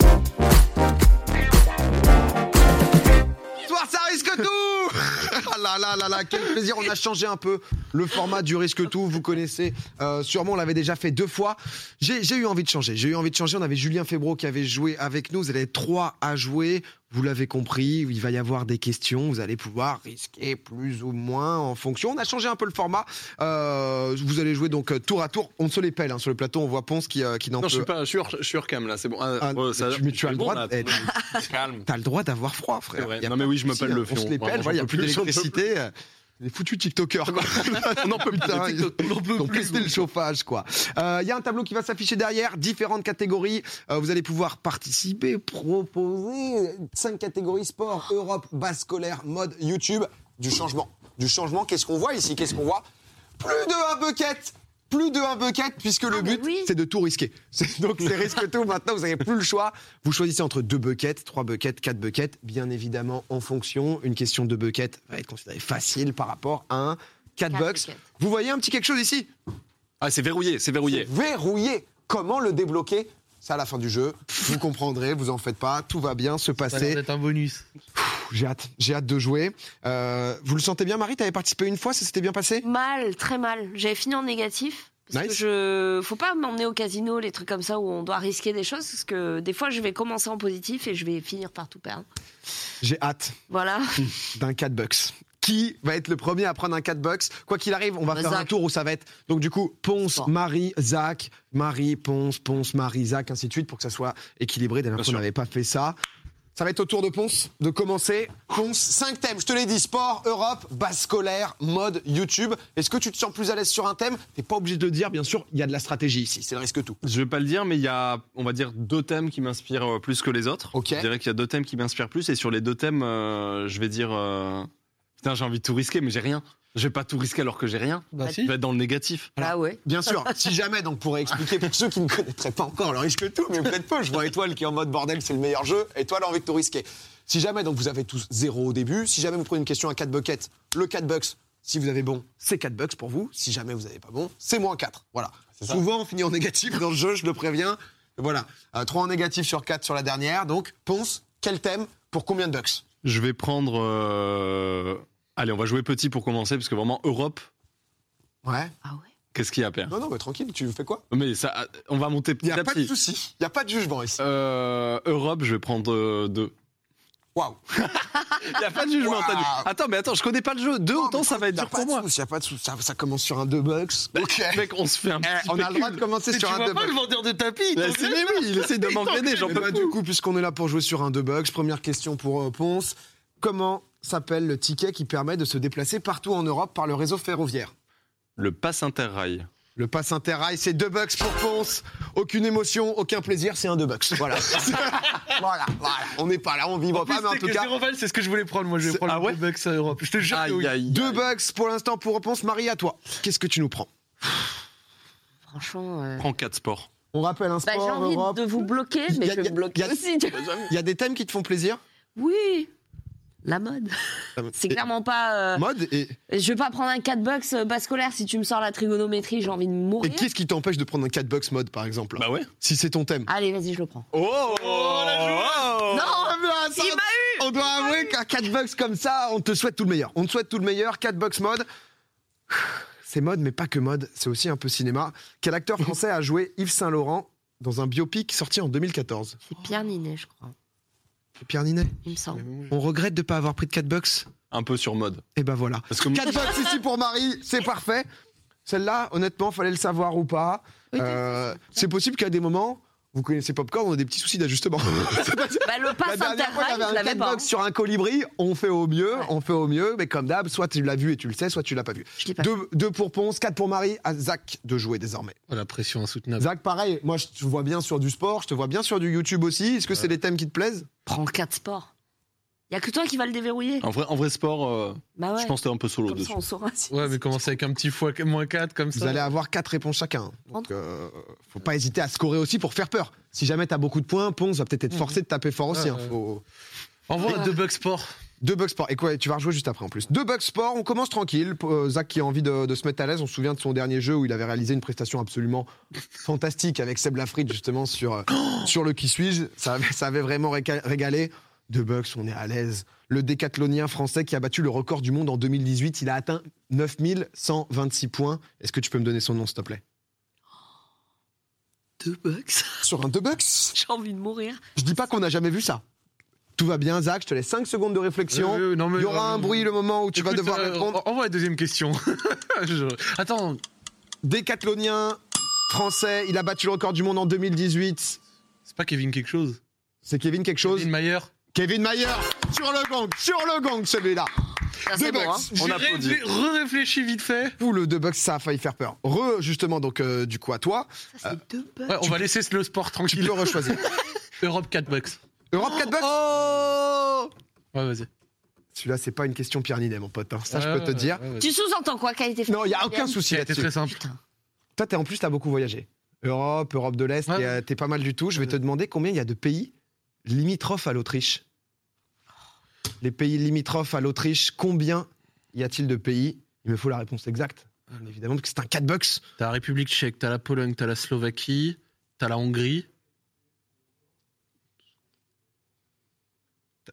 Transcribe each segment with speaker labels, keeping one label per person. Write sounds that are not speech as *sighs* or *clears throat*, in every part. Speaker 1: *laughs* Ah là là là là, quel plaisir. On a changé un peu le format du risque tout. Vous connaissez euh, sûrement, on l'avait déjà fait deux fois. J'ai j'ai eu envie de changer. J'ai eu envie de changer. On avait Julien Febro qui avait joué avec nous. Vous allez être trois à jouer. Vous l'avez compris, il va y avoir des questions. Vous allez pouvoir risquer plus ou moins en fonction. On a changé un peu le format. Euh, vous allez jouer donc euh, tour à tour. On se les pèle hein, sur le plateau. On voit Ponce qui, euh, qui n'en
Speaker 2: Non, je
Speaker 1: peut.
Speaker 2: suis pas, je suis hors, je suis hors cam là, c'est bon. Ah,
Speaker 1: Ah,
Speaker 2: oh, ça-
Speaker 1: tu- mais tu as le
Speaker 2: c'est bon,
Speaker 1: droit
Speaker 2: là.
Speaker 1: d'être- *laughs*
Speaker 2: Calme.
Speaker 1: T'as le droit d'avoir froid,
Speaker 2: C'est
Speaker 1: frère.
Speaker 2: vrai.
Speaker 1: Y a
Speaker 2: Non
Speaker 1: pas
Speaker 2: mais oui, je me
Speaker 1: de
Speaker 2: pèle
Speaker 1: souci,
Speaker 2: le
Speaker 1: hein.
Speaker 2: fion.
Speaker 1: On se les pèle.
Speaker 2: Vraiment,
Speaker 1: Voilà, il n'y a
Speaker 2: j'en peux
Speaker 1: plus
Speaker 2: j'en peux
Speaker 1: d'électricité. euh, Les foutus TikTokers.
Speaker 2: *laughs*
Speaker 1: quoi.
Speaker 2: On n'en peut plus.
Speaker 1: Putain,
Speaker 2: de TikTok.
Speaker 1: ils ont pété le chauffage, quoi. Euh, Il y a un tableau qui va s'afficher derrière, différentes catégories. Euh, vous allez pouvoir participer, proposer. Cinq catégories sport, Europe, base scolaire, mode, YouTube. Du changement. Du changement, qu'est-ce qu'on voit ici Qu'est-ce qu'on voit Plus de un bucket plus de un bucket, puisque le
Speaker 3: Ah, mais
Speaker 1: but,
Speaker 3: oui.
Speaker 1: c'est de tout risquer. *laughs* C'est- Donc, c'est risque tout. Maintenant, vous n'avez plus le choix. Vous choisissez entre deux buckets, trois buckets, quatre buckets. Bien évidemment, en fonction, une question de bucket va être considérée facile par rapport à un 4
Speaker 3: Quatre
Speaker 1: bucks.
Speaker 3: buckets.
Speaker 1: Vous voyez un petit quelque chose ici
Speaker 2: Ah, c'est verrouillé, c'est
Speaker 1: C'est
Speaker 2: verrouillé.
Speaker 1: Verrouillé. Comment le débloquer C'est à la fin du jeu. Vous comprendrez, vous en faites pas. Tout va bien se
Speaker 4: Ça a l'air
Speaker 1: passer.
Speaker 4: d'être un bonus.
Speaker 1: Pff, J'ai hâte, j'ai hâte de jouer. Euh, vous le sentez bien, Marie T'avais participé une fois, ça s'était bien passé
Speaker 3: Mal, très mal. J'avais fini en négatif. Parce
Speaker 1: Nice.
Speaker 3: que je. Faut pas m'emmener au casino, les trucs comme ça où on doit risquer des choses, parce que des fois je vais commencer en positif et je vais finir par tout perdre.
Speaker 1: J'ai hâte *laughs*
Speaker 3: Voilà.
Speaker 1: d'un 4 bucks. Qui va être le premier à prendre un 4 bucks Quoi qu'il arrive, on va
Speaker 3: Bah,
Speaker 1: faire un
Speaker 3: Zach.
Speaker 1: tour où ça va être. Donc, du coup, Ponce,
Speaker 3: Sport.
Speaker 1: Marie, Zach, Marie, Ponce, Ponce, Marie, Zach, ainsi de suite, pour que ça soit équilibré. Dès
Speaker 2: Bien
Speaker 1: l'instant, on
Speaker 2: sûr.
Speaker 1: n'avait pas fait ça. Ça va être au tour de Ponce de commencer. Ponce, 5 thèmes, je te l'ai dit sport, Europe, base scolaire, mode, YouTube. Est-ce que tu te sens plus à l'aise sur un thème T'es pas obligé de le dire, bien sûr, il y a de la stratégie ici, c'est le risque tout.
Speaker 2: Je vais pas le dire, mais il y a, on va dire, deux thèmes qui m'inspirent euh, plus que les autres.
Speaker 1: Ok.
Speaker 2: Je dirais qu'il y a deux thèmes qui m'inspirent plus, et sur les deux thèmes, euh, je vais dire. euh, Putain, j'ai envie de tout risquer, mais j'ai rien. Je vais pas tout risquer alors que j'ai rien.
Speaker 4: Bah
Speaker 2: Je
Speaker 4: si.
Speaker 2: vais être dans le négatif.
Speaker 3: Là, ouais.
Speaker 1: Bien sûr, si jamais, donc pour expliquer pour ceux qui ne connaîtraient pas encore le risque tout, mais peut-être peu, je vois Étoile qui est en mode bordel, c'est le meilleur jeu, Étoile a envie de tout risquer. Si jamais, donc vous avez tous zéro au début, si jamais vous prenez une question à 4 buckets, le 4 bucks, si vous avez bon, c'est 4 bucks pour vous, si jamais vous n'avez pas bon, c'est moins 4. Voilà.
Speaker 2: Ah,
Speaker 1: Souvent, on finit en négatif dans le jeu, je le préviens. Voilà, 3 en négatif sur 4 sur la dernière, donc Ponce, quel thème, pour combien de bucks
Speaker 2: Je vais prendre. euh, Allez, on va jouer petit pour commencer, parce que vraiment, Europe,
Speaker 1: Ouais.
Speaker 3: Ah ouais.
Speaker 2: qu'est-ce qu'il y a à perdre
Speaker 1: Non, non, mais tranquille, tu fais quoi
Speaker 2: Mais ça, euh, on va monter
Speaker 1: Il
Speaker 2: petit
Speaker 1: n'y a
Speaker 2: à
Speaker 1: pas de
Speaker 2: petit.
Speaker 1: souci, il n'y a pas de jugement ici.
Speaker 2: Euh, Europe, je vais prendre euh, deux.
Speaker 1: Waouh
Speaker 2: Il n'y a pas de jugement, t'as dit.
Speaker 1: Waouh.
Speaker 2: Attends, mais attends, je connais pas le jeu. Deux,
Speaker 1: Non,
Speaker 2: autant
Speaker 1: mais
Speaker 2: ça va être
Speaker 1: y a
Speaker 2: dur
Speaker 1: pas
Speaker 2: pour
Speaker 1: de
Speaker 2: moi.
Speaker 1: souci, y a pas de souci. ça, ça commence sur un 2 bucks. Ok.
Speaker 2: Mec, on se fait un
Speaker 1: Eh,
Speaker 2: petit
Speaker 1: on a le droit de
Speaker 2: pécule.
Speaker 1: commencer
Speaker 4: Mais Tu
Speaker 1: sur un
Speaker 4: vois
Speaker 1: 2
Speaker 4: pas le
Speaker 1: bucks.
Speaker 4: vendeur
Speaker 2: *laughs*
Speaker 4: de tapis il
Speaker 2: Mais
Speaker 4: t'en
Speaker 2: c'est-
Speaker 4: fait
Speaker 2: mais oui, il essaie de m'entraîner, j'en
Speaker 1: Eh
Speaker 2: peux
Speaker 1: ben,
Speaker 2: plus.
Speaker 1: du coup, puisqu'on est là pour jouer sur un 2 bucks, première question pour euh, Ponce. Comment s'appelle le ticket qui permet de se déplacer partout en Europe par le réseau ferroviaire
Speaker 2: Le pass interrail.
Speaker 1: le pass interrail, c'est 2 bucks pour Ponce. Aucune émotion, aucun plaisir, c'est un 2 bucks. Voilà. voilà, voilà. On n'est pas là, on vibre
Speaker 4: En plus,
Speaker 1: pas, mais en
Speaker 4: c'est
Speaker 1: tout
Speaker 4: que
Speaker 1: cas,
Speaker 4: zéro balle, c'est ce que je voulais prendre. Moi, je
Speaker 2: C'est-
Speaker 4: vais prendre
Speaker 2: ah ouais
Speaker 4: le Bucks à Europe. Je te jure. que oui.
Speaker 2: Aïe, aïe.
Speaker 1: 2 bucks pour l'instant pour Ponce. Marie, à toi. Qu'est-ce que tu nous prends
Speaker 3: Franchement. euh,
Speaker 2: Prends 4 sports.
Speaker 1: On rappelle un
Speaker 3: Bah, j'ai
Speaker 1: sport,
Speaker 3: envie
Speaker 1: Europe.
Speaker 3: de vous bloquer,
Speaker 1: Y a-
Speaker 3: mais je vais
Speaker 1: y a-
Speaker 3: me bloquer
Speaker 1: y a-
Speaker 3: aussi. *laughs* tu vois.
Speaker 1: Il y a des thèmes qui te font plaisir
Speaker 3: Oui. La mode. C'est clairement pas. euh,
Speaker 1: Mode et,
Speaker 3: Je vais pas prendre un 4 bucks euh, bas scolaire si tu me sors la trigonométrie, j'ai envie de
Speaker 1: et
Speaker 3: mourir.
Speaker 1: qu'est-ce qui t'empêche de prendre un 4 bucks mode par exemple
Speaker 2: Bah ouais.
Speaker 1: Si c'est ton thème.
Speaker 3: Allez, vas-y, je le prends.
Speaker 2: Oh,
Speaker 1: Ah
Speaker 3: Non,
Speaker 1: ça-
Speaker 3: il m'a eu.
Speaker 1: On doit avouer qu'à 4 bucks comme ça, on te souhaite tout le meilleur. On te souhaite tout le meilleur. 4 bucks mode. *sighs* C'est mode, mais pas que mode. C'est aussi un peu cinéma. Quel *laughs* acteur français a joué Yves Saint Laurent dans un biopic sorti en 2014
Speaker 3: C'est Pierre Ninet, je crois.
Speaker 1: Pierre Ninet.
Speaker 3: Il
Speaker 1: *laughs*
Speaker 3: me semble.
Speaker 1: On regrette de ne pas avoir pris de 4 bucks.
Speaker 2: Un peu sur mode.
Speaker 1: Et ben voilà.
Speaker 2: Parce que
Speaker 1: 4 bucks ici pour Marie, c'est parfait. Celle-là, honnêtement, fallait le savoir ou pas.
Speaker 3: Oui,
Speaker 1: Euh, c'est possible qu'à des moments, vous connaissez Popcorn, on a des petits soucis d'ajustement.
Speaker 3: Bah, le pass
Speaker 1: La dernière fois,
Speaker 3: interrail, je
Speaker 1: j'avais un
Speaker 3: l'avais pas. hein.
Speaker 1: catbox sur un colibri. On fait au mieux,
Speaker 3: Ouais.
Speaker 1: on fait au mieux, mais comme d'hab, soit tu l'as vu et tu le sais, soit tu l'as pas vu.
Speaker 3: hein. Je l'ai pas.
Speaker 1: Deux, deux pour Ponce, quatre pour Marie, à Zach de jouer désormais.
Speaker 4: Oh, la pression insoutenable.
Speaker 1: Zach, pareil, moi je te vois bien sur du sport, je te vois bien sur du YouTube aussi. Est-ce que c'est
Speaker 4: Ouais.
Speaker 1: des thèmes qui te plaisent
Speaker 3: Prends 4 sports. Y a que toi qui va le déverrouiller.
Speaker 2: en vrai, en vrai sport, euh,
Speaker 3: Bah ouais.
Speaker 2: Ah, je pense que t'es un peu solo
Speaker 3: Comme
Speaker 2: dessus.
Speaker 3: ça, on saura si-
Speaker 4: Ouais, mais commencer avec un petit fois moins 4 comme
Speaker 1: Vous
Speaker 4: ça.
Speaker 1: allez avoir quatre réponses chacun. Donc, euh, faut pas hésiter à scorer aussi pour faire peur. Si jamais t'as beaucoup de points, Ponce va peut-être être forcé de taper fort aussi.
Speaker 4: Mhm. Ouais,
Speaker 1: hein.
Speaker 4: ouais.
Speaker 1: Faut-
Speaker 4: Envoie un deux Bucks sport.
Speaker 1: Deux bucks sport. Et quoi, tu vas rejouer juste après en plus. Deux bucks sport, on commence tranquille. Euh, Zach qui a envie de, de se mettre à l'aise. On se souvient de son dernier jeu où il avait réalisé une prestation absolument fantastique avec Seb Lafrite justement
Speaker 4: Oh
Speaker 1: sur, euh, sur le qui suis-je. Ça avait, ça avait vraiment réca- régalé. Deux bucks, on est à l'aise. le décathlonien français qui a battu le record du monde en 2018. Il a atteint 9126 points. Est-ce que tu peux me donner son nom, s'il te plaît
Speaker 3: Deux bucks.
Speaker 1: Sur un 2 bucks
Speaker 3: *laughs* J'ai envie de mourir.
Speaker 1: Je dis pas qu'on n'a jamais vu ça. Tout va bien, Zach. Je te laisse 5 secondes de réflexion.
Speaker 4: Euh, non, mais-
Speaker 1: Il y aura un bruit le moment où tu vas
Speaker 4: Écoute,
Speaker 1: devoir
Speaker 4: euh,
Speaker 1: répondre.
Speaker 4: en- Envoie la deuxième question. *laughs* Je- Attends, oh.
Speaker 1: Décathlonien français, il a battu le record du monde en 2018.
Speaker 4: c'est pas Kevin quelque chose
Speaker 1: C'est Kevin quelque chose
Speaker 4: Kevin Mayer
Speaker 1: Kevin Mayer Sur le gong Sur le gong, celui-là
Speaker 3: Ça,
Speaker 1: Deux
Speaker 3: c'est bon, hein.
Speaker 1: bucks.
Speaker 2: On applaudit.
Speaker 4: Re-réfléchis vite fait.
Speaker 1: Ouh, le deux bucks, ça a failli faire peur. Re, justement, donc, euh, du coup, à toi,
Speaker 3: Ça, c'est deux bucks.
Speaker 4: Ouais, on va laisser le sport
Speaker 1: tu
Speaker 4: tranquille.
Speaker 1: peux rechoisir.
Speaker 4: *laughs* Europe 4 bucks.
Speaker 1: Europe 4 bucks
Speaker 4: Oh Ouais, vas-y.
Speaker 1: Celui-là, c'est pas une question Pierre Ninet, mon pote. hein. Ça, je
Speaker 4: Ouais,
Speaker 1: peux te
Speaker 4: ouais,
Speaker 1: dire.
Speaker 4: ouais, vas-y.
Speaker 3: Tu sous-entends quoi, qualité
Speaker 1: Non, il n'y a aucun
Speaker 3: Bien.
Speaker 1: souci
Speaker 4: C'était
Speaker 1: là-dessus.
Speaker 4: très simple.
Speaker 3: Putain.
Speaker 1: Toi, t'es- en plus, t'as beaucoup voyagé. Europe, Europe de l'Est,
Speaker 4: Ouais.
Speaker 1: t'es, euh, t'es pas mal du tout. Je vais
Speaker 4: Ouais.
Speaker 1: te demander combien il y a de pays limitrophes à l'Autriche. Les pays limitrophes à l'Autriche, combien y a-t-il de pays Il me faut la réponse exacte, bien évidemment, parce que c'est un 4 bucks.
Speaker 4: T'as la République tchèque, t'as la Pologne, t'as la Slovaquie, t'as la Hongrie.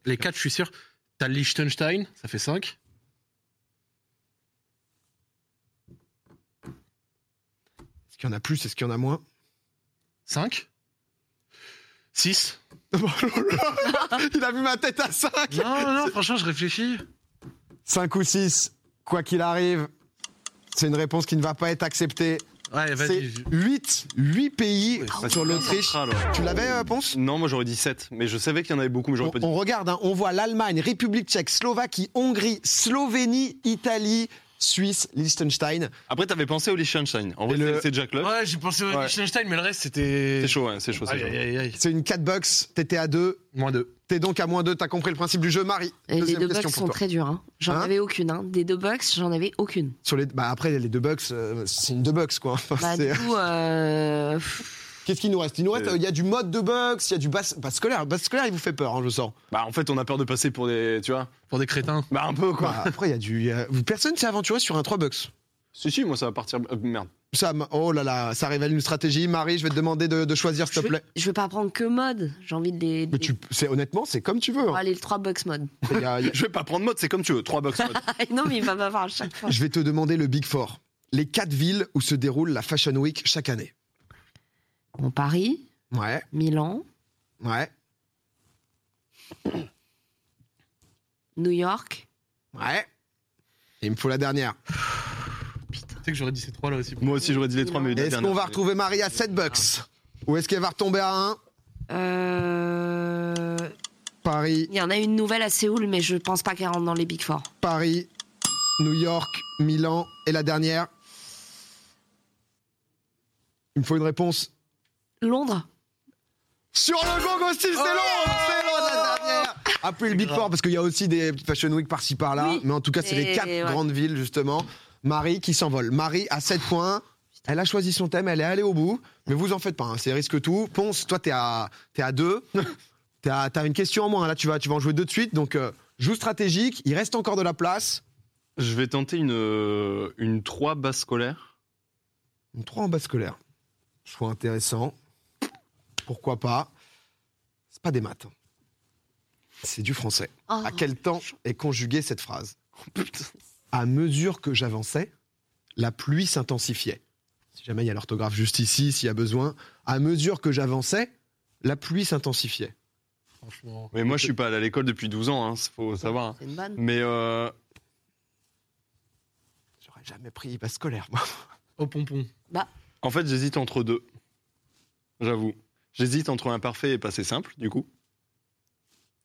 Speaker 4: Les 4, je suis sûr. T'as le Liechtenstein, ça fait 5.
Speaker 1: Est-ce qu'il y en a plus Est-ce qu'il y en a moins *laughs*
Speaker 4: 5 6
Speaker 1: Il a vu ma tête à 5
Speaker 4: Non, non, franchement, je réfléchis.
Speaker 1: 5 ou 6, quoi qu'il arrive, c'est une réponse qui ne va pas être acceptée.
Speaker 4: Ouais,
Speaker 1: C'est
Speaker 4: vas-y. je-
Speaker 1: 8, 8 pays sur l'Autriche.
Speaker 2: Central, ouais.
Speaker 1: Tu l'avais, euh, Ponce
Speaker 2: Non, moi j'aurais dit 7, mais je savais qu'il y en avait beaucoup, mais
Speaker 1: on,
Speaker 2: j'aurais pas dit.
Speaker 1: on regarde, hein, on voit l'Allemagne, République tchèque, Slovaquie, Hongrie, Slovénie, Italie, Suisse, Liechtenstein.
Speaker 2: Après, t'avais pensé au Liechtenstein. En vrai,
Speaker 1: oh. Et le-
Speaker 2: c'est- c'est Jack Love.
Speaker 4: Ouais, j'ai pensé au
Speaker 2: Ouais.
Speaker 4: Liechtenstein, mais le reste, c'était.
Speaker 2: C'est chaud, ouais, c'est chaud. c'est
Speaker 4: Aïe,
Speaker 2: chaud.
Speaker 4: aïe, aïe, aïe.
Speaker 1: C'est une 4 bucks, t'étais à 2,
Speaker 4: Moins 2.
Speaker 1: t'es donc à moins 2, t'as compris le principe du jeu, Marie.
Speaker 3: Et les
Speaker 1: deuxième
Speaker 3: deux
Speaker 1: question
Speaker 3: bucks
Speaker 1: pour
Speaker 3: sont
Speaker 1: toi.
Speaker 3: très durs. hein. J'en
Speaker 1: Hein
Speaker 3: avais aucune. hein. Des deux bucks, j'en avais aucune.
Speaker 1: Sur les, bah après, les 2 bucks, euh, c'est une 2 bucks quoi. Enfin,
Speaker 3: Bah,
Speaker 1: Ah, c'est-
Speaker 3: *laughs* du coup, euh,
Speaker 1: Qu'est-ce qu'il nous reste Il nous reste,
Speaker 2: Euh.
Speaker 1: euh, il y a du mode de bucks, il y a du bas, bas scolaire. Bas scolaire, il vous fait peur, hein, je sens.
Speaker 2: Bah, en fait, on a peur de passer pour des. Tu vois
Speaker 4: Pour des crétins.
Speaker 2: Bah, un peu, quoi.
Speaker 1: Bah, après, il y a du. euh, personne s'est aventuré sur un 3 bucks.
Speaker 2: Si, si, moi ça va partir. euh, merde.
Speaker 1: Ça, m- oh là là, ça révèle une stratégie. Marie, je vais te demander de, de choisir, s'il
Speaker 3: je,
Speaker 1: te plaît.
Speaker 3: vais, je vais pas prendre que mode. J'ai envie de les.
Speaker 1: Mais tu, c'est, honnêtement, c'est comme tu veux. hein.
Speaker 3: Allez, le 3 bucks mode. *laughs*
Speaker 1: Il y a- il y a-
Speaker 2: Je vais pas prendre mode, c'est comme tu veux. 3 bucks mode.
Speaker 3: non, mais il va m'avoir à
Speaker 1: *laughs*
Speaker 3: chaque fois.
Speaker 1: Je vais te demander le Big Four. Les quatre villes où se déroule la Fashion Week chaque année.
Speaker 3: Bon, Paris,
Speaker 1: Ouais,
Speaker 3: Milan,
Speaker 1: ouais,
Speaker 3: New York.
Speaker 1: ouais. Et il me faut la dernière.
Speaker 3: Putain.
Speaker 4: Tu sais que j'aurais dit ces 3 là aussi.
Speaker 2: *laughs* Moi aussi, j'aurais dit les 3, mais la
Speaker 1: Est-ce
Speaker 2: dernière.
Speaker 1: qu'on va retrouver Marie à 7 bucks Ou est-ce qu'elle va retomber à 1
Speaker 3: Euh,
Speaker 1: Paris,
Speaker 3: Il y en a une nouvelle à Séoul, mais je pense pas qu'elle rentre dans les Big Four.
Speaker 1: Paris, New York, Milan. Et la dernière Il me faut une réponse.
Speaker 3: Londres
Speaker 1: Sur le gong aussi, c'est
Speaker 3: Oh
Speaker 1: long, c'est long la dernière. Appelez le Big
Speaker 4: grave.
Speaker 1: Four parce qu'il y a aussi des Fashion Week par-ci par-là.
Speaker 3: Oui.
Speaker 1: Mais en tout cas, c'est
Speaker 3: Et
Speaker 1: les quatre
Speaker 3: ouais.
Speaker 1: grandes villes justement. Marie qui s'envole. Marie à 7 points. Elle a choisi son thème, elle est allée au bout. Mais vous en faites pas, hein, c'est risque tout. Ponce, toi, t'es à, t'es à 2. *laughs* T'as t'as une question en moins. Là, tu vas, tu vas en jouer deux de suite. Donc, euh, joue stratégique. Il reste encore de la place.
Speaker 2: Je vais tenter une, euh, une 3 basse scolaire.
Speaker 1: Une 3 en bas scolaire. Choix intéressant. Pourquoi pas C'est pas des maths. hein. C'est du français.
Speaker 3: Oh.
Speaker 1: À quel temps est conjuguée cette phrase
Speaker 2: Oh, putain.
Speaker 1: À mesure que j'avançais, la pluie s'intensifiait. Si jamais il y a l'orthographe juste ici, s'il y a besoin. À mesure que j'avançais, la pluie s'intensifiait.
Speaker 4: Franchement.
Speaker 2: Mais moi, je suis pas allé à l'école depuis 12 ans, hein, faut savoir. hein.
Speaker 3: C'est une bonne.
Speaker 2: Mais euh,
Speaker 1: J'aurais jamais pris bas scolaire, moi. *laughs*
Speaker 4: Au pompon.
Speaker 2: en fait, j'hésite entre deux. J'avoue. J'hésite entre imparfait et passé simple, du coup.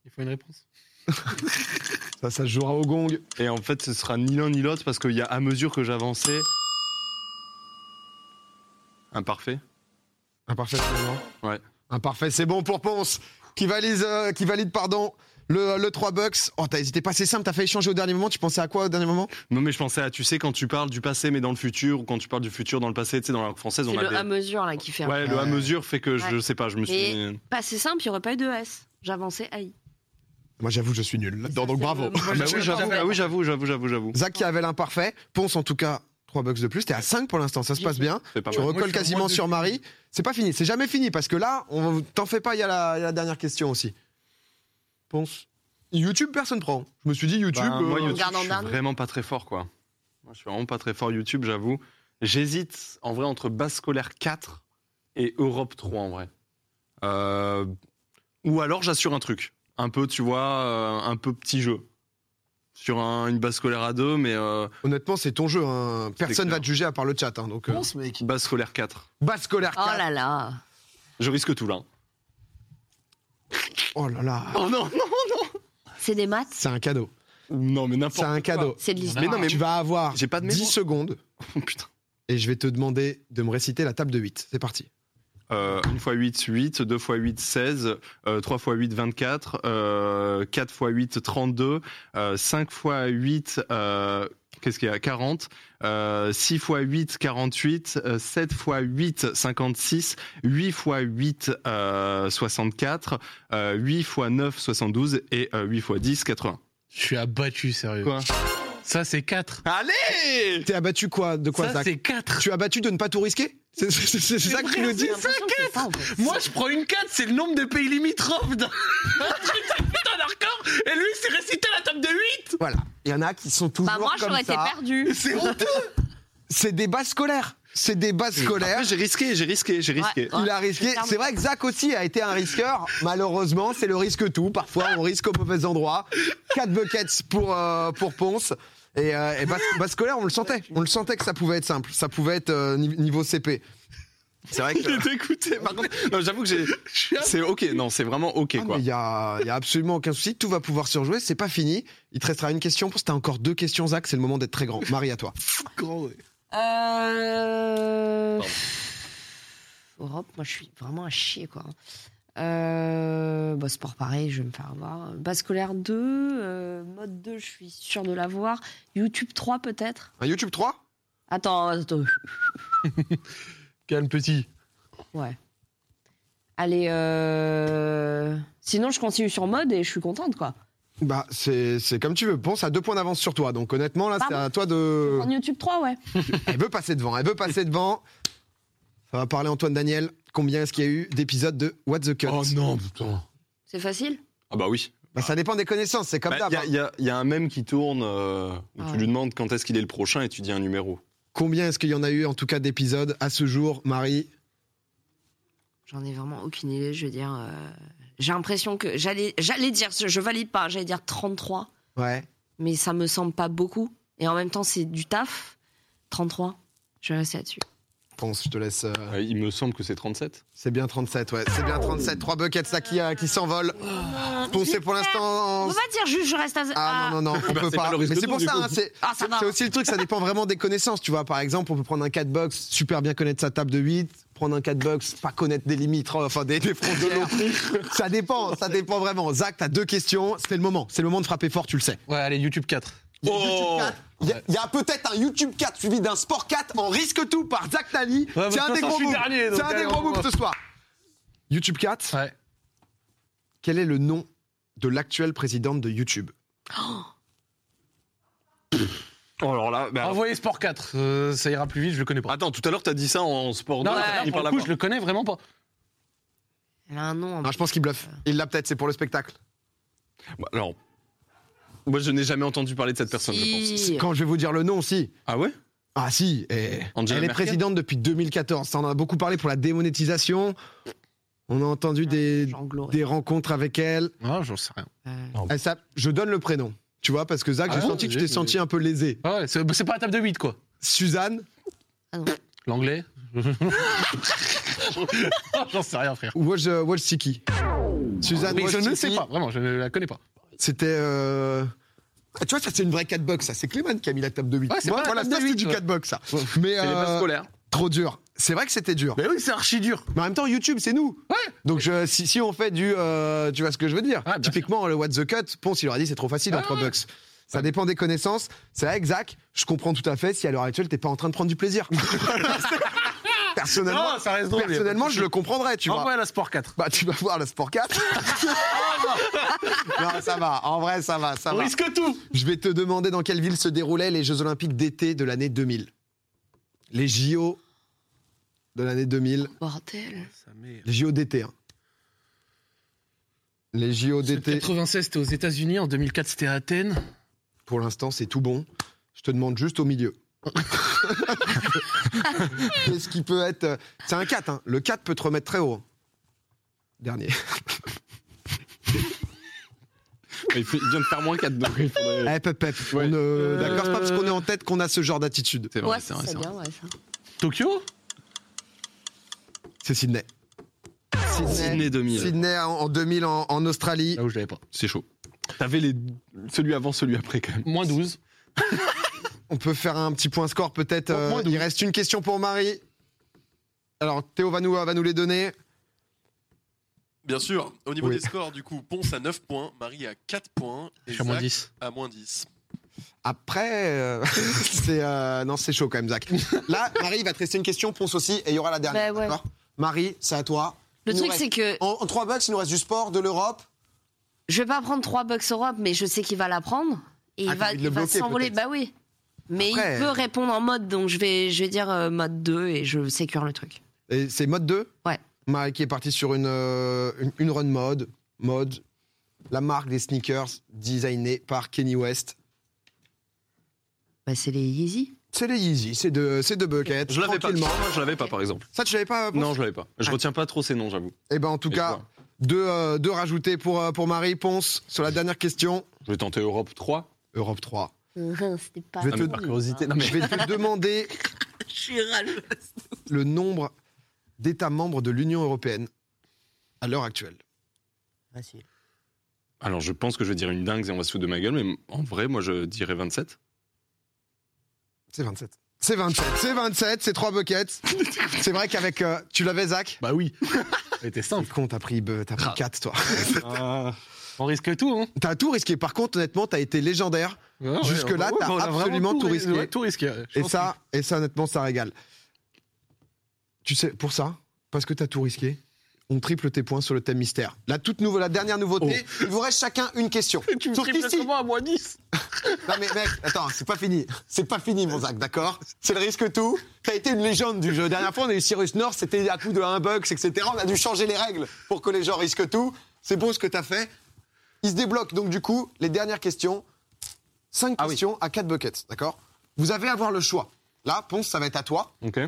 Speaker 4: Il faut une réponse.
Speaker 1: Ça, ça se jouera au gong.
Speaker 2: Et en fait, ce sera ni l'un ni l'autre parce qu'il y a à mesure que j'avançais. Imparfait
Speaker 1: Imparfait, finalement.
Speaker 2: Ouais.
Speaker 1: Imparfait, c'est bon pour Ponce, qui valide, euh, qui valide pardon, le, le 3 bucks. Oh, t'as hésité pas, c'est simple, t'as failli changer au dernier moment. Tu pensais à quoi au dernier moment
Speaker 2: Non, mais je pensais à, tu sais, quand tu parles du passé mais dans le futur, ou quand tu parles du futur dans le passé, tu sais, dans la langue française,
Speaker 3: C'est
Speaker 2: on a
Speaker 3: le
Speaker 2: des-
Speaker 3: à mesure là qui fait. un-
Speaker 2: Ouais, le à mesure fait que je
Speaker 3: Ouais.
Speaker 2: sais pas, je me suis.
Speaker 3: Et-
Speaker 2: mis-
Speaker 3: Pas c'est simple, il y aurait pas eu de S. J'avançais AI.
Speaker 1: Moi, j'avoue, je suis nul là-dedans, donc
Speaker 3: C'est
Speaker 1: bravo.
Speaker 3: le- moi,
Speaker 2: Ah
Speaker 3: je
Speaker 2: bah oui,
Speaker 3: sais
Speaker 2: j'avoue,
Speaker 3: pas.
Speaker 2: ah oui, j'avoue, j'avoue, j'avoue, j'avoue.
Speaker 1: Zach qui avait l'imparfait. Ponce, en tout cas, 3 bucks de plus. T'es à 5 pour l'instant, ça se passe bien.
Speaker 2: C'est pas
Speaker 1: Tu
Speaker 2: mal.
Speaker 4: Moi, je
Speaker 1: recolles
Speaker 4: suis à
Speaker 1: quasiment
Speaker 4: moins de-
Speaker 1: sur Marie. C'est pas fini, c'est jamais fini parce que là, on t'en fais pas, il y, a la- il y a la dernière question aussi. Ponce, YouTube, personne prend. Je me suis dit YouTube.
Speaker 2: Bah, moi,
Speaker 1: euh,
Speaker 2: YouTube,
Speaker 3: Regarde en
Speaker 2: je suis
Speaker 3: dernier.
Speaker 2: vraiment pas très fort, quoi. Moi, je suis vraiment pas très fort YouTube, j'avoue. J'hésite, en vrai, entre base scolaire 4 et Europe 3, en vrai. Euh, Ou alors, j'assure un truc. Un peu, tu vois, euh, un peu petit jeu. Sur un- une base scolaire à 2, mais euh,
Speaker 1: Honnêtement, c'est ton jeu. hein. Personne
Speaker 2: clair.
Speaker 1: va te juger à part le chat. hein, donc, euh,
Speaker 2: base scolaire 4.
Speaker 1: base scolaire.
Speaker 3: Oh
Speaker 1: 4.
Speaker 3: là là.
Speaker 2: Je risque tout, là.
Speaker 1: Oh là là.
Speaker 2: Oh non, non
Speaker 3: C'est des maths
Speaker 1: C'est un cadeau.
Speaker 2: Non, mais n'importe
Speaker 1: C'est un cadeau.
Speaker 3: C'est de l'histoire.
Speaker 1: Mais non, mais tu vas avoir
Speaker 2: J'ai pas de
Speaker 1: 10
Speaker 2: mémoire. *laughs*
Speaker 1: secondes
Speaker 2: quoi. Putain.
Speaker 1: et je vais te demander de me réciter la table de 8. C'est parti.
Speaker 2: Euh, 1 x 8, 8, 2 x 8, 16, euh, 3 x 8, 24, euh, 4 x 8, 32, euh, 5 x 8, euh, qu'est-ce qu'il y a 40, euh, 6 x 8, 48, euh, 7 x 8, 56, 8 x 8, euh, 64, euh, 8 x 9, 72 et euh, 8 x 10, 80.
Speaker 4: Je suis abattu, sérieux.
Speaker 2: Quoi
Speaker 4: Ça, c'est 4.
Speaker 2: Allez
Speaker 1: T'es abattu quoi De quoi
Speaker 4: ça,
Speaker 1: Zach
Speaker 4: c'est 4.
Speaker 1: Tu es abattu de ne pas tout risquer C'est c'est- c'est- c'est ça que tu nous dis
Speaker 3: J'ai l'impression que c'est ça, en fait.
Speaker 4: Moi, je prends une 4, c'est le nombre de pays limitrophes *laughs* d'un putain d'arcor, et lui, c'est récité la table de 8
Speaker 1: Voilà. Il y en a qui sont toujours
Speaker 3: Bah, moi,
Speaker 1: comme
Speaker 3: j'aurais été
Speaker 1: ça.
Speaker 3: perdue.
Speaker 1: *laughs* C'est honteux C'est des bases scolaires C'est des bases scolaires
Speaker 2: Après, j'ai risqué, j'ai risqué, j'ai risqué.
Speaker 3: Ouais.
Speaker 1: Il a risqué. C'est vrai que Zach aussi a été un risqueur. Malheureusement, c'est le risque tout. Parfois, on risque au mauvais endroit. 4 buckets pour, euh, pour Ponce. Et, euh, et bas, bas scolaire, on le sentait. On le sentait que ça pouvait être simple. Ça pouvait être euh, ni- niveau CP. C'est
Speaker 2: *laughs*
Speaker 1: vrai que.
Speaker 2: J'ai été écouté, par contre. Non, j'avoue *laughs* que j'ai. C'est ok, non, c'est vraiment ok,
Speaker 1: Ah, mais
Speaker 2: quoi.
Speaker 1: Il n'y a, il y a absolument aucun souci. Tout va pouvoir se rejouer. C'est pas fini. Il te restera une question. Parce que t'as encore deux questions, Zach. C'est le moment d'être très grand. Marie, à toi.
Speaker 3: Euh... Europe, moi je suis vraiment à chier quoi. Euh... Bah, sport pareil, je vais me faire avoir. Base scolaire 2, euh, mode 2, je suis sûre de l'avoir. YouTube 3 peut-être
Speaker 1: Un YouTube 3
Speaker 3: Attends, attends.
Speaker 4: Calme, petit.
Speaker 3: Ouais. Allez, euh... sinon je continue sur mode et je suis contente quoi.
Speaker 1: Bah, c'est c'est comme tu veux. Ponce a deux points d'avance sur toi. Donc, honnêtement, là, c'est
Speaker 3: Pardon
Speaker 1: à toi de.
Speaker 3: En YouTube 3, ouais.
Speaker 1: Elle veut passer devant, elle veut passer devant. Ça va parler Antoine Daniel. Combien est-ce qu'il y a eu d'épisodes de What the
Speaker 2: Oh,
Speaker 1: Cut
Speaker 4: Oh, non, putain.
Speaker 3: C'est facile
Speaker 2: Ah bah oui.
Speaker 1: Bah, Ça dépend des connaissances, c'est comme
Speaker 2: Bah,
Speaker 1: d'hab.
Speaker 2: Il y a-
Speaker 1: hein.
Speaker 2: il y, a- il y a un même qui tourne euh, où
Speaker 3: Ah
Speaker 2: tu
Speaker 3: ouais.
Speaker 2: lui demandes quand est-ce qu'il est le prochain et tu dis un numéro.
Speaker 1: Combien est-ce qu'il y en a eu en tout cas d'épisodes à ce jour, Marie
Speaker 3: J'en ai vraiment aucune idée, je veux dire. euh, J'ai l'impression que. J'allais j'allais dire, je valide pas, j'allais dire 33.
Speaker 1: Ouais.
Speaker 3: mais ça me semble pas beaucoup. Et en même temps, c'est du taf. 33. Je vais rester là-dessus.
Speaker 1: Ponce, je te laisse. euh,
Speaker 2: Euh, il me semble que c'est 37.
Speaker 1: C'est bien 37, ouais. C'est bien 37. Trois buckets là qui, euh, qui s'envolent.
Speaker 3: Oh.
Speaker 1: Ponce, c'est pour
Speaker 3: On
Speaker 1: l'instant.
Speaker 3: va dire juste, je reste à.
Speaker 1: Ah non, non, non, on
Speaker 2: Bah,
Speaker 1: peut
Speaker 2: c'est
Speaker 1: pas.
Speaker 2: pas le risque
Speaker 1: Mais c'est
Speaker 2: tout,
Speaker 1: pour
Speaker 2: du
Speaker 1: ça,
Speaker 2: coup.
Speaker 1: hein, c'est
Speaker 3: Ah, ça va.
Speaker 1: c'est aussi le truc, ça dépend vraiment des connaissances. Tu vois, par exemple, on peut prendre un 4 box, super bien connaître sa table de 8, prendre un 4 box, pas connaître des limites, oh, enfin des, des frontières. ça dépend, ça dépend vraiment. Zach, t'as deux questions, c'est le moment. C'est le moment de frapper fort, tu le sais.
Speaker 4: Ouais, allez, YouTube 4.
Speaker 1: Il y a
Speaker 2: Oh
Speaker 1: YouTube 4, il y a- il y a, peut-être un YouTube 4 suivi d'un Sport 4 en risque tout par Zach Tali.
Speaker 4: Ouais, mais
Speaker 1: c'est un
Speaker 4: de toute
Speaker 1: des
Speaker 4: façon,
Speaker 1: gros
Speaker 4: je suis
Speaker 1: moves.
Speaker 4: dernier, donc
Speaker 1: C'est un des
Speaker 4: allez,
Speaker 1: gros
Speaker 4: on
Speaker 1: moves
Speaker 4: va.
Speaker 1: ce soir. YouTube 4,
Speaker 4: Ouais.
Speaker 1: quel est le nom de l'actuelle présidente de YouTube
Speaker 2: Oh, alors là, bah,
Speaker 4: Envoyez Sport 4, euh, ça ira plus vite, je le connais pas.
Speaker 2: attends, tout à l'heure t'as dit ça en sport.
Speaker 4: non,
Speaker 2: deux,
Speaker 4: non,
Speaker 2: t'as
Speaker 4: là,
Speaker 2: fini par
Speaker 4: pour le
Speaker 2: la
Speaker 4: coup,
Speaker 2: voir.
Speaker 4: je le connais vraiment pas.
Speaker 3: Elle a un nom. en Euh,
Speaker 1: Non, Ah, Je pense qu'il bluffe. Il l'a peut-être, c'est pour le spectacle.
Speaker 2: Bah, alors, moi je n'ai jamais entendu parler de cette personne, je pense.
Speaker 3: Si.
Speaker 1: Quand je vais vous dire le nom aussi.
Speaker 2: Ah ouais
Speaker 1: Ah si, et
Speaker 2: Angela
Speaker 1: elle est
Speaker 2: Merkel.
Speaker 1: présidente depuis 2014. Ça, on en a beaucoup parlé pour la démonétisation. On a entendu des,
Speaker 3: Jean Glory.
Speaker 1: des rencontres avec elle.
Speaker 4: Non, j'en sais rien.
Speaker 3: Euh,
Speaker 1: Elle s'app- je donne le prénom, tu vois, parce que Zach,
Speaker 4: Ah
Speaker 1: j'ai
Speaker 4: bon,
Speaker 1: senti que tu
Speaker 4: j'ai-
Speaker 1: t'es senti un peu lésé.
Speaker 4: Ah ouais, c'est c'est pas la table de 8, quoi.
Speaker 1: Suzanne *laughs*
Speaker 4: L'anglais J'en sais rien, frère.
Speaker 1: Woj- euh, Wojcicki. Suzanne
Speaker 4: Mais je ne
Speaker 1: Wojcicki,
Speaker 4: sais pas, vraiment, je ne la connais pas.
Speaker 1: C'était... euh, ah, tu vois, ça c'est une vraie 4 box, ça. C'est Clément qui a mis la table de 8.
Speaker 4: Ouais, c'est
Speaker 1: Moi,
Speaker 4: pas la
Speaker 1: voilà,
Speaker 4: table de
Speaker 1: ça, c'est
Speaker 4: huit,
Speaker 1: du
Speaker 4: ouais.
Speaker 1: 4 box, ça. Mais
Speaker 2: C'est les
Speaker 1: euh,
Speaker 2: bases scolaires.
Speaker 1: trop dur. C'est vrai que c'était dur.
Speaker 4: Mais oui, c'est archi dur.
Speaker 1: Mais en même temps, YouTube, c'est nous.
Speaker 4: Ouais.
Speaker 1: Donc je- si, si on fait du... euh, tu vois ce que je veux dire
Speaker 4: Ah, bien
Speaker 1: Typiquement, le What the Cut, Ponce, il aurait dit c'est trop facile en
Speaker 4: Ah,
Speaker 1: 3
Speaker 4: ouais.
Speaker 1: bucks. Ça dépend des connaissances. C'est vrai, que Zach, je comprends tout à fait si à l'heure actuelle, t'es pas en train de prendre du
Speaker 4: *laughs*
Speaker 1: plaisir. personnellement,
Speaker 4: Non, ça reste drôle.
Speaker 1: personnellement je le comprendrais, tu vois.
Speaker 4: Envoie la Sport 4.
Speaker 1: Bah, tu vas voir le Sport
Speaker 4: *laughs*
Speaker 1: 4.
Speaker 4: Ah,
Speaker 1: non, ça va. En vrai, ça va, ça
Speaker 4: On
Speaker 1: va.
Speaker 4: risque tout.
Speaker 1: Je vais te demander dans quelle ville se déroulaient les Jeux Olympiques d'été de l'année 2000. Les JO de l'année 2000.
Speaker 3: Bordel.
Speaker 1: Les JO d'été, hein. Les JODT,
Speaker 4: 96, c'était aux États-Unis. En 2004, c'était à Athènes.
Speaker 1: pour l'instant, c'est tout bon. Je te demande juste au
Speaker 2: *laughs*
Speaker 1: milieu. Qu'est-ce qui peut être. euh, C'est un 4, hein. Le 4 peut te remettre très haut. hein. Dernier.
Speaker 2: Il fait- il vient de faire moins 4 donc il faudrait-
Speaker 1: Eh, pep, pep.
Speaker 2: Ouais.
Speaker 1: On, euh,
Speaker 4: Euh,
Speaker 1: D'accord, c'est pas parce qu'on est en tête qu'on a ce genre d'attitude.
Speaker 2: C'est vrai,
Speaker 3: Ouais,
Speaker 2: c'est
Speaker 3: ça
Speaker 2: vrai,
Speaker 3: serait
Speaker 2: c'est vrai.
Speaker 3: bien, ouais, ça.
Speaker 4: Tokyo
Speaker 1: C'est Sydney.
Speaker 2: Sydney 2000.
Speaker 1: Sydney en, en 2000 en, en Australie.
Speaker 2: Ah
Speaker 4: Là où Ah je l'avais pas.
Speaker 2: C'est chaud. T'avais les... celui avant, celui après quand même.
Speaker 4: Moins 12.
Speaker 1: On peut faire un petit point score peut-être.
Speaker 4: Au moins
Speaker 1: euh,
Speaker 4: douze.
Speaker 1: il reste une question pour Marie. Alors Théo va nous, va nous les donner.
Speaker 5: Bien sûr, au niveau
Speaker 1: Oui.
Speaker 5: des scores, du coup, Ponce à 9 points, Marie à 4 points, et
Speaker 4: Je suis à moins
Speaker 5: Zach
Speaker 4: 10.
Speaker 5: à moins 10.
Speaker 1: Après, euh, *laughs* c'est euh, non, c'est chaud quand même, Zach. Là, Marie il va te rester une question, Ponce aussi, et il y aura la dernière.
Speaker 3: Bah ouais.
Speaker 1: d'accord Marie, c'est à toi.
Speaker 3: Le
Speaker 1: Il nous
Speaker 3: truc,
Speaker 1: reste-
Speaker 3: c'est que
Speaker 1: En, en trois bucks, il nous reste du sport, de l'Europe.
Speaker 3: je vais pas prendre 3 bucks Europe, mais je sais qu'il va la prendre. Et il
Speaker 1: Ah, t'as
Speaker 3: va,
Speaker 1: envie de
Speaker 3: il
Speaker 1: le
Speaker 3: va
Speaker 1: bloquer,
Speaker 3: s'envoler.
Speaker 1: peut-être.
Speaker 3: Bah oui. Mais
Speaker 1: Après- euh,
Speaker 3: il peut répondre en mode, donc je vais, je vais dire euh, mode 2 et je sécure le truc.
Speaker 1: Et c'est mode 2
Speaker 3: Ouais.
Speaker 1: Marie qui est partie sur une, euh, une, une run mode. Mode. La marque des sneakers designée par Kenny West.
Speaker 3: Bah, c'est les Yeezy.
Speaker 1: C'est les Yeezy, c'est de, c'est de Bucket.
Speaker 2: Je l'avais pas.
Speaker 1: tranquillement.
Speaker 2: Non, je l'avais pas par exemple.
Speaker 1: Ça, tu l'avais pas
Speaker 2: Non, je l'avais pas. Je
Speaker 1: Ah.
Speaker 2: retiens pas trop ces noms, j'avoue.
Speaker 1: Et ben en tout
Speaker 2: Et
Speaker 1: cas,
Speaker 2: toi
Speaker 1: deux, euh, deux rajoutés pour, euh, pour Marie Ponce sur la dernière question.
Speaker 2: Je vais tenter Europe 3.
Speaker 1: Europe 3.
Speaker 3: Euh, *laughs* C'était pas.
Speaker 1: Je vais te-
Speaker 2: par curiosité, non, mais-
Speaker 1: Je vais te
Speaker 2: *laughs*
Speaker 1: demander
Speaker 3: Je suis rageuse.
Speaker 1: le nombre d'États membres de l'Union européenne à l'heure actuelle.
Speaker 3: Facile.
Speaker 2: Alors je pense que je vais dire une dingue et on va se foutre de ma gueule, mais en vrai, moi je dirais 27.
Speaker 1: C'est 27. C'est 27, c'est 27, c'est trois buckets. C'est vrai qu'avec. euh, tu l'avais, Zach
Speaker 4: Bah *laughs* oui. C'était simple.
Speaker 1: T'es con, t'as pris, euh, t'as pris 4, toi.
Speaker 4: On risque tout, hein
Speaker 1: T'as tout risqué. Par contre, honnêtement, t'as été légendaire. Jusque-là, t'as
Speaker 4: on a vraiment
Speaker 1: absolument tout
Speaker 4: ri-
Speaker 1: risqué.
Speaker 4: ouais, tout risqué. ouais. Je
Speaker 1: Et
Speaker 4: pense
Speaker 1: ça, et ça, honnêtement, ça régale. Tu sais, pour ça, parce que t'as tout risqué, on triple tes points sur le thème mystère. La toute nouvelle, la dernière nouveauté, il vous reste chacun une question.
Speaker 4: que- Oh. *laughs* Tu me
Speaker 1: Sauf
Speaker 4: triples
Speaker 1: qu'ici-
Speaker 4: comment à moins 10
Speaker 1: Non mais mec, attends, c'est pas fini. C'est pas fini mon Zach, d'accord C'est le risque tout. T'as été une légende du jeu. Dernière fois on a eu Cyrus North, c'était à coup de 1 bucks, etc. On a dû changer les règles pour que les gens risquent tout. C'est bon ce que t'as fait. Il se débloque donc du coup les dernières questions. 5
Speaker 2: Ah oui.
Speaker 1: questions à 4 buckets, d'accord Vous avez à avoir le choix. Là, Ponce, ça va être à toi.
Speaker 2: Ok.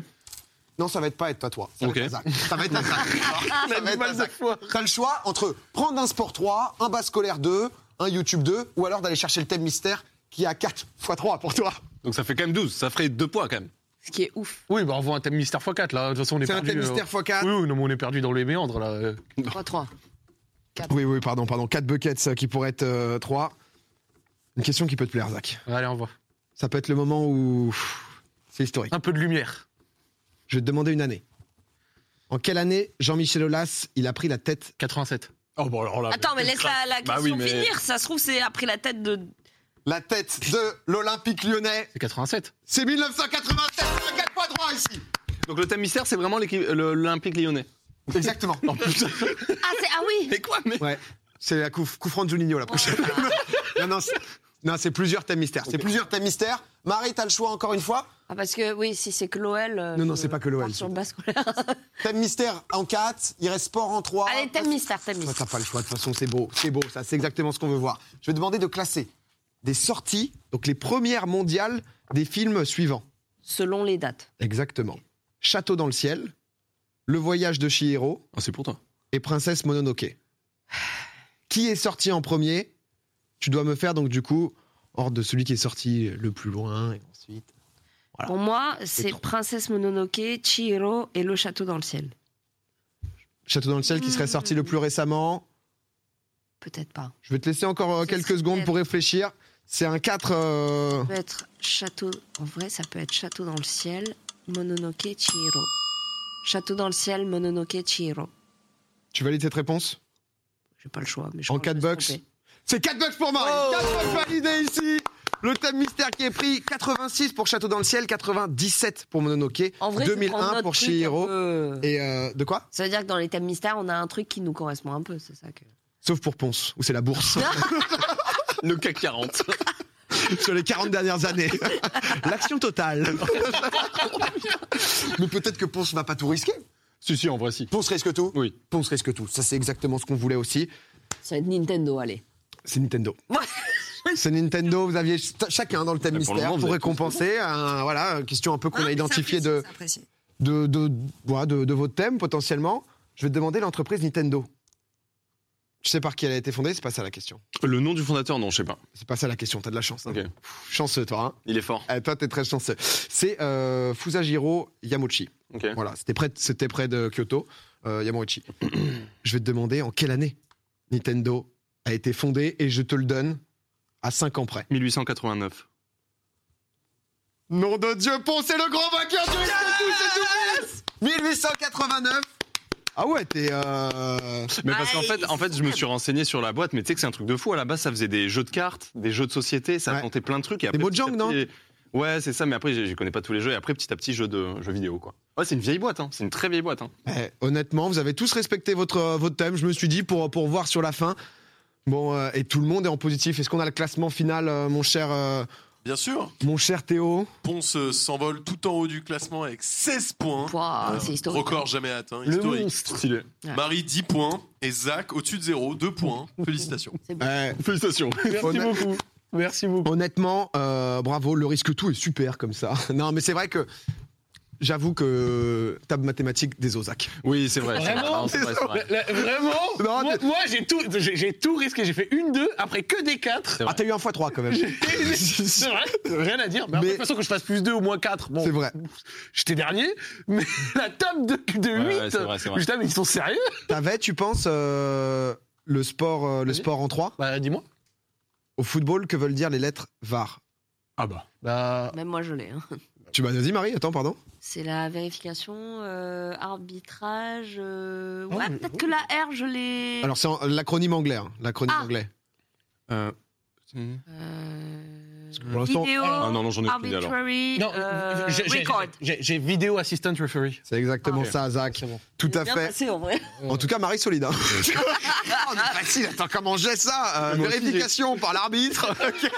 Speaker 1: Non, ça va être pas être à toi. Ça va
Speaker 2: Ok.
Speaker 1: être à Zach. Ça va être
Speaker 2: *laughs*
Speaker 1: à Zach. ça
Speaker 4: Eh,
Speaker 1: va
Speaker 4: bah,
Speaker 1: être à Zach. T'as le choix entre prendre un Sport 3, un Bas scolaire 2, un YouTube 2, ou alors d'aller chercher le thème mystère qui a 4 x 3 pour toi.
Speaker 2: Donc ça fait quand même 12, ça ferait deux poids quand même.
Speaker 3: Ce qui est ouf.
Speaker 4: Oui, bah on voit un thème mystère x4 là. De toute façon, on est
Speaker 1: C'est un
Speaker 4: perdu.
Speaker 1: thème
Speaker 4: euh,
Speaker 1: mystère x 4.
Speaker 4: Oui, oui, non, mais on est perdu dans les méandres là. euh.
Speaker 3: 3-3.
Speaker 1: Ah, Oui, oui, pardon, pardon. 4 buckets euh, qui pourraient être 3. Une question qui peut te plaire, Zach.
Speaker 4: Allez, on voit.
Speaker 1: Ça peut être le moment où. pff, C'est historique.
Speaker 4: Un peu de lumière.
Speaker 1: Je vais te demander une année. En quelle année Jean-Michel Aulas, il a pris la tête
Speaker 4: 87.
Speaker 2: Oh bon alors là.
Speaker 3: Attends, mais laisse la, la question
Speaker 2: Bah oui, mais-
Speaker 3: finir. Ça se trouve, c'est après la tête de.
Speaker 1: La tête de l'Olympique lyonnais.
Speaker 4: C'est *laughs* 87.
Speaker 1: C'est 1987, c'est un 4 x 3 ici.
Speaker 2: Donc le thème mystère, c'est vraiment l'équipe- le- l'Olympique lyonnais.
Speaker 1: Exactement.
Speaker 2: Oh putain,
Speaker 3: Ah, c'est... ah oui
Speaker 2: mais quoi mais...
Speaker 1: Ouais, c'est la coup, coup franc de Juninho la prochaine. *laughs* non, non, c'est- non, c'est plusieurs thèmes mystères. C'est plusieurs thèmes mystères. Marie, t'as le choix encore une fois.
Speaker 3: ah, Parce que oui, si c'est que l'OL. euh,
Speaker 1: Non, non,
Speaker 3: je
Speaker 1: c'est pas que l'OL,
Speaker 3: pars Sur le bas scolaire.
Speaker 1: Thème mystère en 4, il reste sport en 3.
Speaker 3: *laughs* Allez, thème mystère, thème
Speaker 1: Toi, t'as
Speaker 3: mystère.
Speaker 1: pas le choix, de toute façon, c'est beau. C'est beau, ça, c'est exactement ce qu'on veut voir. Je vais demander de classer des sorties, donc les premières mondiales des films suivants.
Speaker 3: Selon les dates.
Speaker 1: Exactement. Château dans le ciel, Le voyage de Chihiro
Speaker 2: Ah, c'est pour toi.
Speaker 1: et Princesse Mononoke. Qui est sorti en premier Tu dois me faire, donc, du coup, hors de celui qui est sorti le plus loin et ensuite. Voilà.
Speaker 3: Pour moi, c'est
Speaker 1: trois.
Speaker 3: Princesse Mononoke, Chihiro et Le Château dans le ciel.
Speaker 1: Château dans le ciel qui serait sorti le plus récemment.
Speaker 3: Peut-être pas.
Speaker 1: Je vais te laisser encore euh,
Speaker 3: Ce
Speaker 1: quelques
Speaker 3: serait
Speaker 1: secondes
Speaker 3: bête.
Speaker 1: pour réfléchir. C'est un 4. euh,
Speaker 3: Ça peut être Château. En vrai, ça peut être Château dans le ciel, Mononoke, Chihiro. Château dans le ciel, Mononoke, Chihiro.
Speaker 1: Tu valides cette réponse
Speaker 3: J'ai pas le choix. Mais je
Speaker 1: En
Speaker 3: pense que je
Speaker 1: 4
Speaker 3: me
Speaker 1: bucks
Speaker 3: suis trompée.
Speaker 1: C'est 4 bucks pour Marie
Speaker 3: Oh
Speaker 1: 4 bucks validés ici Le thème mystère qui est pris 86 pour Château dans le ciel, 97 pour Mononoke,
Speaker 3: En vrai, je prends
Speaker 1: 2001
Speaker 3: notre
Speaker 1: pour
Speaker 3: truc un
Speaker 1: Chihiro.
Speaker 3: peu-
Speaker 1: Et euh, de quoi
Speaker 3: Ça veut dire que dans les thèmes mystères, on a un truc qui nous correspond un peu, c'est ça que.
Speaker 1: Sauf pour Ponce, où c'est la bourse
Speaker 2: Le CAC 40.
Speaker 1: sur les 40 dernières années. *laughs* L'action totale. *laughs* Mais peut-être que Ponce va pas tout risquer.
Speaker 2: *laughs* si si, en vrai si.
Speaker 1: Ponce risque tout
Speaker 2: Oui.
Speaker 1: Ponce risque tout. Ça, c'est exactement ce qu'on voulait aussi.
Speaker 3: Ça va être Nintendo, allez.
Speaker 1: C'est Nintendo. C'est Nintendo, vous aviez ch- chacun dans le thème
Speaker 2: Mais pour le
Speaker 1: mystère pour,
Speaker 2: moment, vous êtes
Speaker 1: récompenser. un- voilà, une question un peu qu'on
Speaker 6: Non,
Speaker 1: a
Speaker 6: Ah, mais
Speaker 1: identifiée
Speaker 6: c'est
Speaker 1: de,
Speaker 6: apprécié, c'est apprécié.
Speaker 1: de, de, voilà, de, de votre thème potentiellement. Je vais te demander l'entreprise Nintendo. Tu sais par qui elle a été fondée C'est pas ça la question.
Speaker 2: Le nom du fondateur, non, je sais pas.
Speaker 1: C'est pas ça la question, t'as de la chance. hein.
Speaker 2: Ok.
Speaker 1: Pff, Chanceux toi. hein.
Speaker 2: Il est fort.
Speaker 1: Eh, toi, t'es très chanceux. C'est euh, Fusajiro Yamauchi.
Speaker 2: Ok.
Speaker 1: Voilà, c'était près, de- c'était près de Kyoto, euh, Yamauchi. *clears throat* je vais te demander en quelle année Nintendo a été fondée et je te le donne à 5 ans près.
Speaker 2: 1889.
Speaker 1: Nom de Dieu, Pont, c'est le grand vainqueur du yes 1889 Ah ouais, t'es. euh,
Speaker 2: Mais parce qu'en
Speaker 6: Ouais,
Speaker 2: fait, en fait, je me suis renseigné sur la boîte, mais tu sais que c'est un truc de fou. À la base, ça faisait des jeux de cartes, des jeux de société, ça
Speaker 1: Ouais.
Speaker 2: comptait plein de trucs. Et après,
Speaker 1: Mojang,
Speaker 2: petit à
Speaker 1: non
Speaker 2: petit- Ouais, c'est ça, mais après, je je connais pas tous les jeux. Et après, petit à petit, jeux de jeux vidéo, quoi. Ouais, c'est une vieille boîte, hein. c'est une très vieille boîte. Hein.
Speaker 1: eh, honnêtement, vous avez tous respecté votre, euh, votre thème, je me suis dit, pour, pour voir sur la fin. Bon, euh, et tout le monde est en positif. Est-ce qu'on a le classement final, euh, mon, cher, euh,
Speaker 5: Bien sûr,
Speaker 1: mon cher Théo
Speaker 5: Ponce euh, s'envole tout en haut du classement avec 16 points.
Speaker 3: Pouah,
Speaker 5: Euh,
Speaker 3: Ah, c'est historique.
Speaker 5: Record jamais atteint, historique.
Speaker 2: Stylé.
Speaker 3: Ouais.
Speaker 5: Marie 10 points et Zach au-dessus de 0, 2 points. Félicitations.
Speaker 3: C'est bon.
Speaker 1: Eh,
Speaker 2: Félicitations. Merci
Speaker 1: Honnête-
Speaker 2: beaucoup. Merci beaucoup.
Speaker 1: Honnêtement, euh, bravo, le risque tout est super comme ça. *laughs* Non, mais c'est vrai que j'avoue que table mathématique des Ozac.
Speaker 2: Oui, c'est vrai. c'est vrai.
Speaker 4: Vraiment
Speaker 2: Non, c'est vrai, c'est vrai.
Speaker 4: Là, vraiment
Speaker 1: Non,
Speaker 4: Moi,
Speaker 1: mais-
Speaker 4: moi, j'ai tout, j'ai j'ai tout risqué. J'ai fait une, deux, après que des quatre.
Speaker 2: C'est
Speaker 1: Ah, t'as eu un x 3 quand même.
Speaker 4: *laughs* C'est vrai, rien à dire. Mais, après,
Speaker 1: Mais-
Speaker 4: de toute façon, que je fasse plus deux ou moins quatre, bon,
Speaker 1: C'est vrai.
Speaker 4: j'étais dernier. Mais *laughs* la table de, de
Speaker 2: Ouais, ouais,
Speaker 4: huit,
Speaker 2: c'est vrai, c'est vrai.
Speaker 4: putain, mais ils sont sérieux
Speaker 1: T'avais, tu penses, euh, le, sport, euh, le
Speaker 4: Vas-y.
Speaker 1: sport en 3
Speaker 4: Bah, dis-moi.
Speaker 1: Au football, que veulent dire les lettres VAR
Speaker 4: Ah bah. Bah,
Speaker 3: Même moi, je l'ai. hein.
Speaker 1: Tu m'as dit, Marie Attends, pardon.
Speaker 3: C'est la vérification, euh, arbitrage. euh,
Speaker 4: Oh,
Speaker 3: Ouais,
Speaker 4: mais-
Speaker 3: peut-être que la R, je l'ai.
Speaker 1: Alors, c'est en- l'acronyme anglais. hein, l'acronyme
Speaker 3: Ah.
Speaker 1: anglais.
Speaker 2: Euh,
Speaker 3: Euh,
Speaker 1: Pour l'instant,
Speaker 3: Vidéo,
Speaker 4: Ah
Speaker 2: Ah non, non, j'en ai aucune idée alors.
Speaker 3: arbitrary,
Speaker 4: non,
Speaker 3: euh,
Speaker 4: j'ai- j'ai-
Speaker 3: record.
Speaker 4: j'ai j'ai vidéo assistant referee.
Speaker 1: c'est exactement
Speaker 2: Ah.
Speaker 1: ça, Zach.
Speaker 4: C'est bon.
Speaker 1: Tout à
Speaker 3: Bien
Speaker 1: fait.
Speaker 3: passé, en vrai.
Speaker 1: En tout cas, Marie solide. Hein. On est facile. Attends, comment j'ai ça Euh,
Speaker 2: Moi aussi,
Speaker 1: Vérification par l'arbitre. Ok.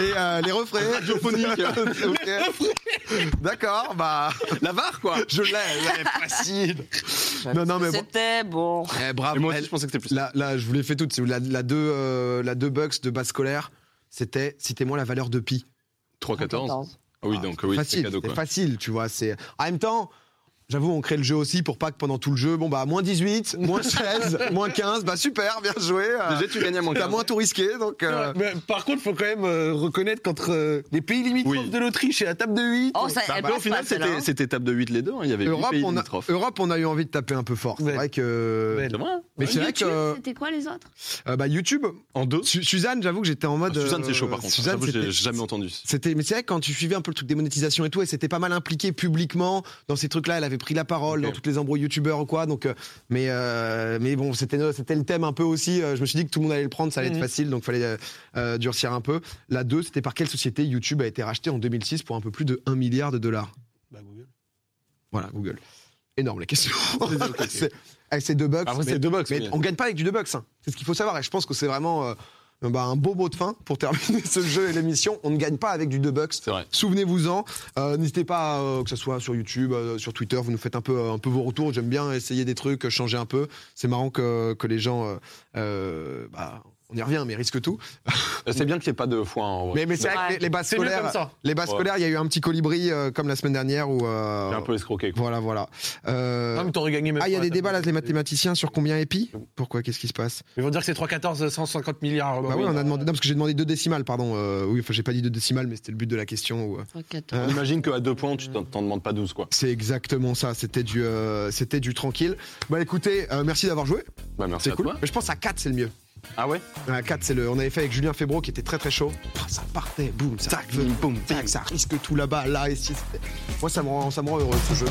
Speaker 1: Et euh, les refrains. *laughs* Radiophonique. D'accord. Bah,
Speaker 2: La VAR, quoi.
Speaker 1: je l'ai. ouais, facile. Non, non, mais bon.
Speaker 3: C'était bon.
Speaker 1: Eh, bravo.
Speaker 2: Et moi aussi,
Speaker 1: Elle-
Speaker 2: je pensais que c'était plus.
Speaker 1: Là, là, je vous l'ai fait toutes. La, la, deux, euh, la deux bucks de base scolaire, c'était citez-moi la valeur de pi.
Speaker 2: 3-14. Ah oui, donc oui, c'est
Speaker 1: facile,
Speaker 2: cadeau,
Speaker 1: c'était
Speaker 2: quoi.
Speaker 1: facile, tu vois. C'est en même temps. J'avoue, on crée le jeu aussi pour pas que pendant tout le jeu, bon bah moins 18, moins
Speaker 2: *laughs*
Speaker 1: 16, moins 15, bah super, bien joué. euh,
Speaker 2: Déjà, tu gagnes à moins
Speaker 1: T'as
Speaker 2: 15.
Speaker 1: moins tout risqué, donc. euh,
Speaker 4: Mais par contre, faut quand même euh, reconnaître qu'entre euh, les pays limitrophes
Speaker 2: Oui.
Speaker 4: de l'Autriche et la table de 8.
Speaker 3: Oh, ça,
Speaker 1: Bah,
Speaker 3: elle
Speaker 1: bah,
Speaker 2: Mais
Speaker 3: passe
Speaker 2: au final,
Speaker 3: pas, celle-là,
Speaker 2: c'était
Speaker 3: hein.
Speaker 2: c'était étape de 8 les deux. hein. Il y avait huit
Speaker 1: Europe
Speaker 2: pays
Speaker 1: on, a,
Speaker 2: limitrophes.
Speaker 1: Europe, on a eu envie de taper un peu fort. C'est
Speaker 4: Ouais.
Speaker 1: vrai que.
Speaker 4: Ouais.
Speaker 2: C'est vrai. hein.
Speaker 1: Mais c'est vrai
Speaker 3: YouTube,
Speaker 1: que.
Speaker 3: C'était quoi les autres
Speaker 1: euh, bah, YouTube.
Speaker 2: En deux.
Speaker 1: Su- Suzanne, j'avoue que j'étais en mode.
Speaker 2: Ah, Suzanne, c'est chaud par
Speaker 1: euh,
Speaker 2: contre.
Speaker 1: Suzanne,
Speaker 2: J'avoue, j'ai
Speaker 1: c'était-
Speaker 2: jamais entendu.
Speaker 1: c'était, mais c'est vrai que quand tu suivais un peu le truc des monétisations et tout, et c'était pas mal impliquée publiquement dans ces trucs-là. Elle avait pris la parole
Speaker 2: Ok.
Speaker 1: dans toutes les embrouilles youtubeurs ou quoi. Donc, euh, mais, euh, mais bon, c'était, c'était le thème un peu aussi. euh, Je me suis dit que tout le monde allait le prendre, ça allait
Speaker 4: Mhm.
Speaker 1: être facile, donc fallait euh, euh, durcir un peu. La 2, c'était par quelle société YouTube a été rachetée en 2006 pour un peu plus de 1 milliard de dollars
Speaker 4: Bah, Google.
Speaker 1: Voilà, Google. Énorme la
Speaker 2: *laughs*
Speaker 1: question. c'est eh, c'est deux bucks.
Speaker 2: Après,
Speaker 1: mais-
Speaker 2: c'est deux bucks.
Speaker 1: mais
Speaker 2: oui.
Speaker 1: on gagne pas avec du deux bucks. hein. C'est ce qu'il faut savoir. Et je pense que c'est vraiment euh, bah, un beau mot de fin pour terminer *laughs* ce jeu et l'émission. On ne gagne pas avec du deux bucks.
Speaker 2: C'est vrai.
Speaker 1: Souvenez-vous-en. Euh, N'hésitez pas, euh, que ce soit sur YouTube, euh, sur Twitter, vous nous faites un peu, euh, un peu vos retours. J'aime bien essayer des trucs, euh, changer un peu. C'est marrant que, que les gens. euh, euh, bah, on y revient, mais risque tout.
Speaker 2: C'est bien qu'il n'y ait pas de foin en vrai.
Speaker 1: Mais, mais c'est vrai que les, les bases
Speaker 4: C'est mieux comme
Speaker 1: scolaires,
Speaker 4: ça.
Speaker 1: les bases
Speaker 2: Ouais.
Speaker 1: scolaires, il y a eu un petit colibri euh, comme la semaine dernière où. euh,
Speaker 2: J'ai un peu escroqué. quoi.
Speaker 1: Voilà, voilà. Euh,
Speaker 4: En même temps, regagner même
Speaker 1: ah, il y a
Speaker 4: pas
Speaker 1: des
Speaker 4: la table
Speaker 1: débats là,
Speaker 4: de
Speaker 1: les
Speaker 4: huit.
Speaker 1: mathématiciens sur combien épi Pourquoi Qu'est-ce qui se passe
Speaker 4: Ils vont dire que c'est 3,14, 150 milliards.
Speaker 1: Bah oui, on a demandé. Non, parce que j'ai demandé deux décimales, pardon. euh, oui, enfin, j'ai pas dit deux décimales, mais c'était le but de la question. où, euh,
Speaker 2: On imagine qu'à deux points, tu t'en t'en demandes pas 12 quoi.
Speaker 1: c'est exactement ça. C'était du, euh, c'était du tranquille. Bah écoutez, euh, merci d'avoir joué.
Speaker 2: Bah merci
Speaker 1: C'est
Speaker 2: à
Speaker 1: cool.
Speaker 2: toi.
Speaker 1: Mais je pense à 4, c'est le mieux.
Speaker 2: Ah ouais
Speaker 1: À 4, c'est le. On avait fait avec Julien Febro qui était très très chaud. Ah, ça partait, boum, ça, boum, boum, tac, ça risque tout là-bas, là, ici. c'était- Moi, ça me rend, ça me rend heureux ce jeu.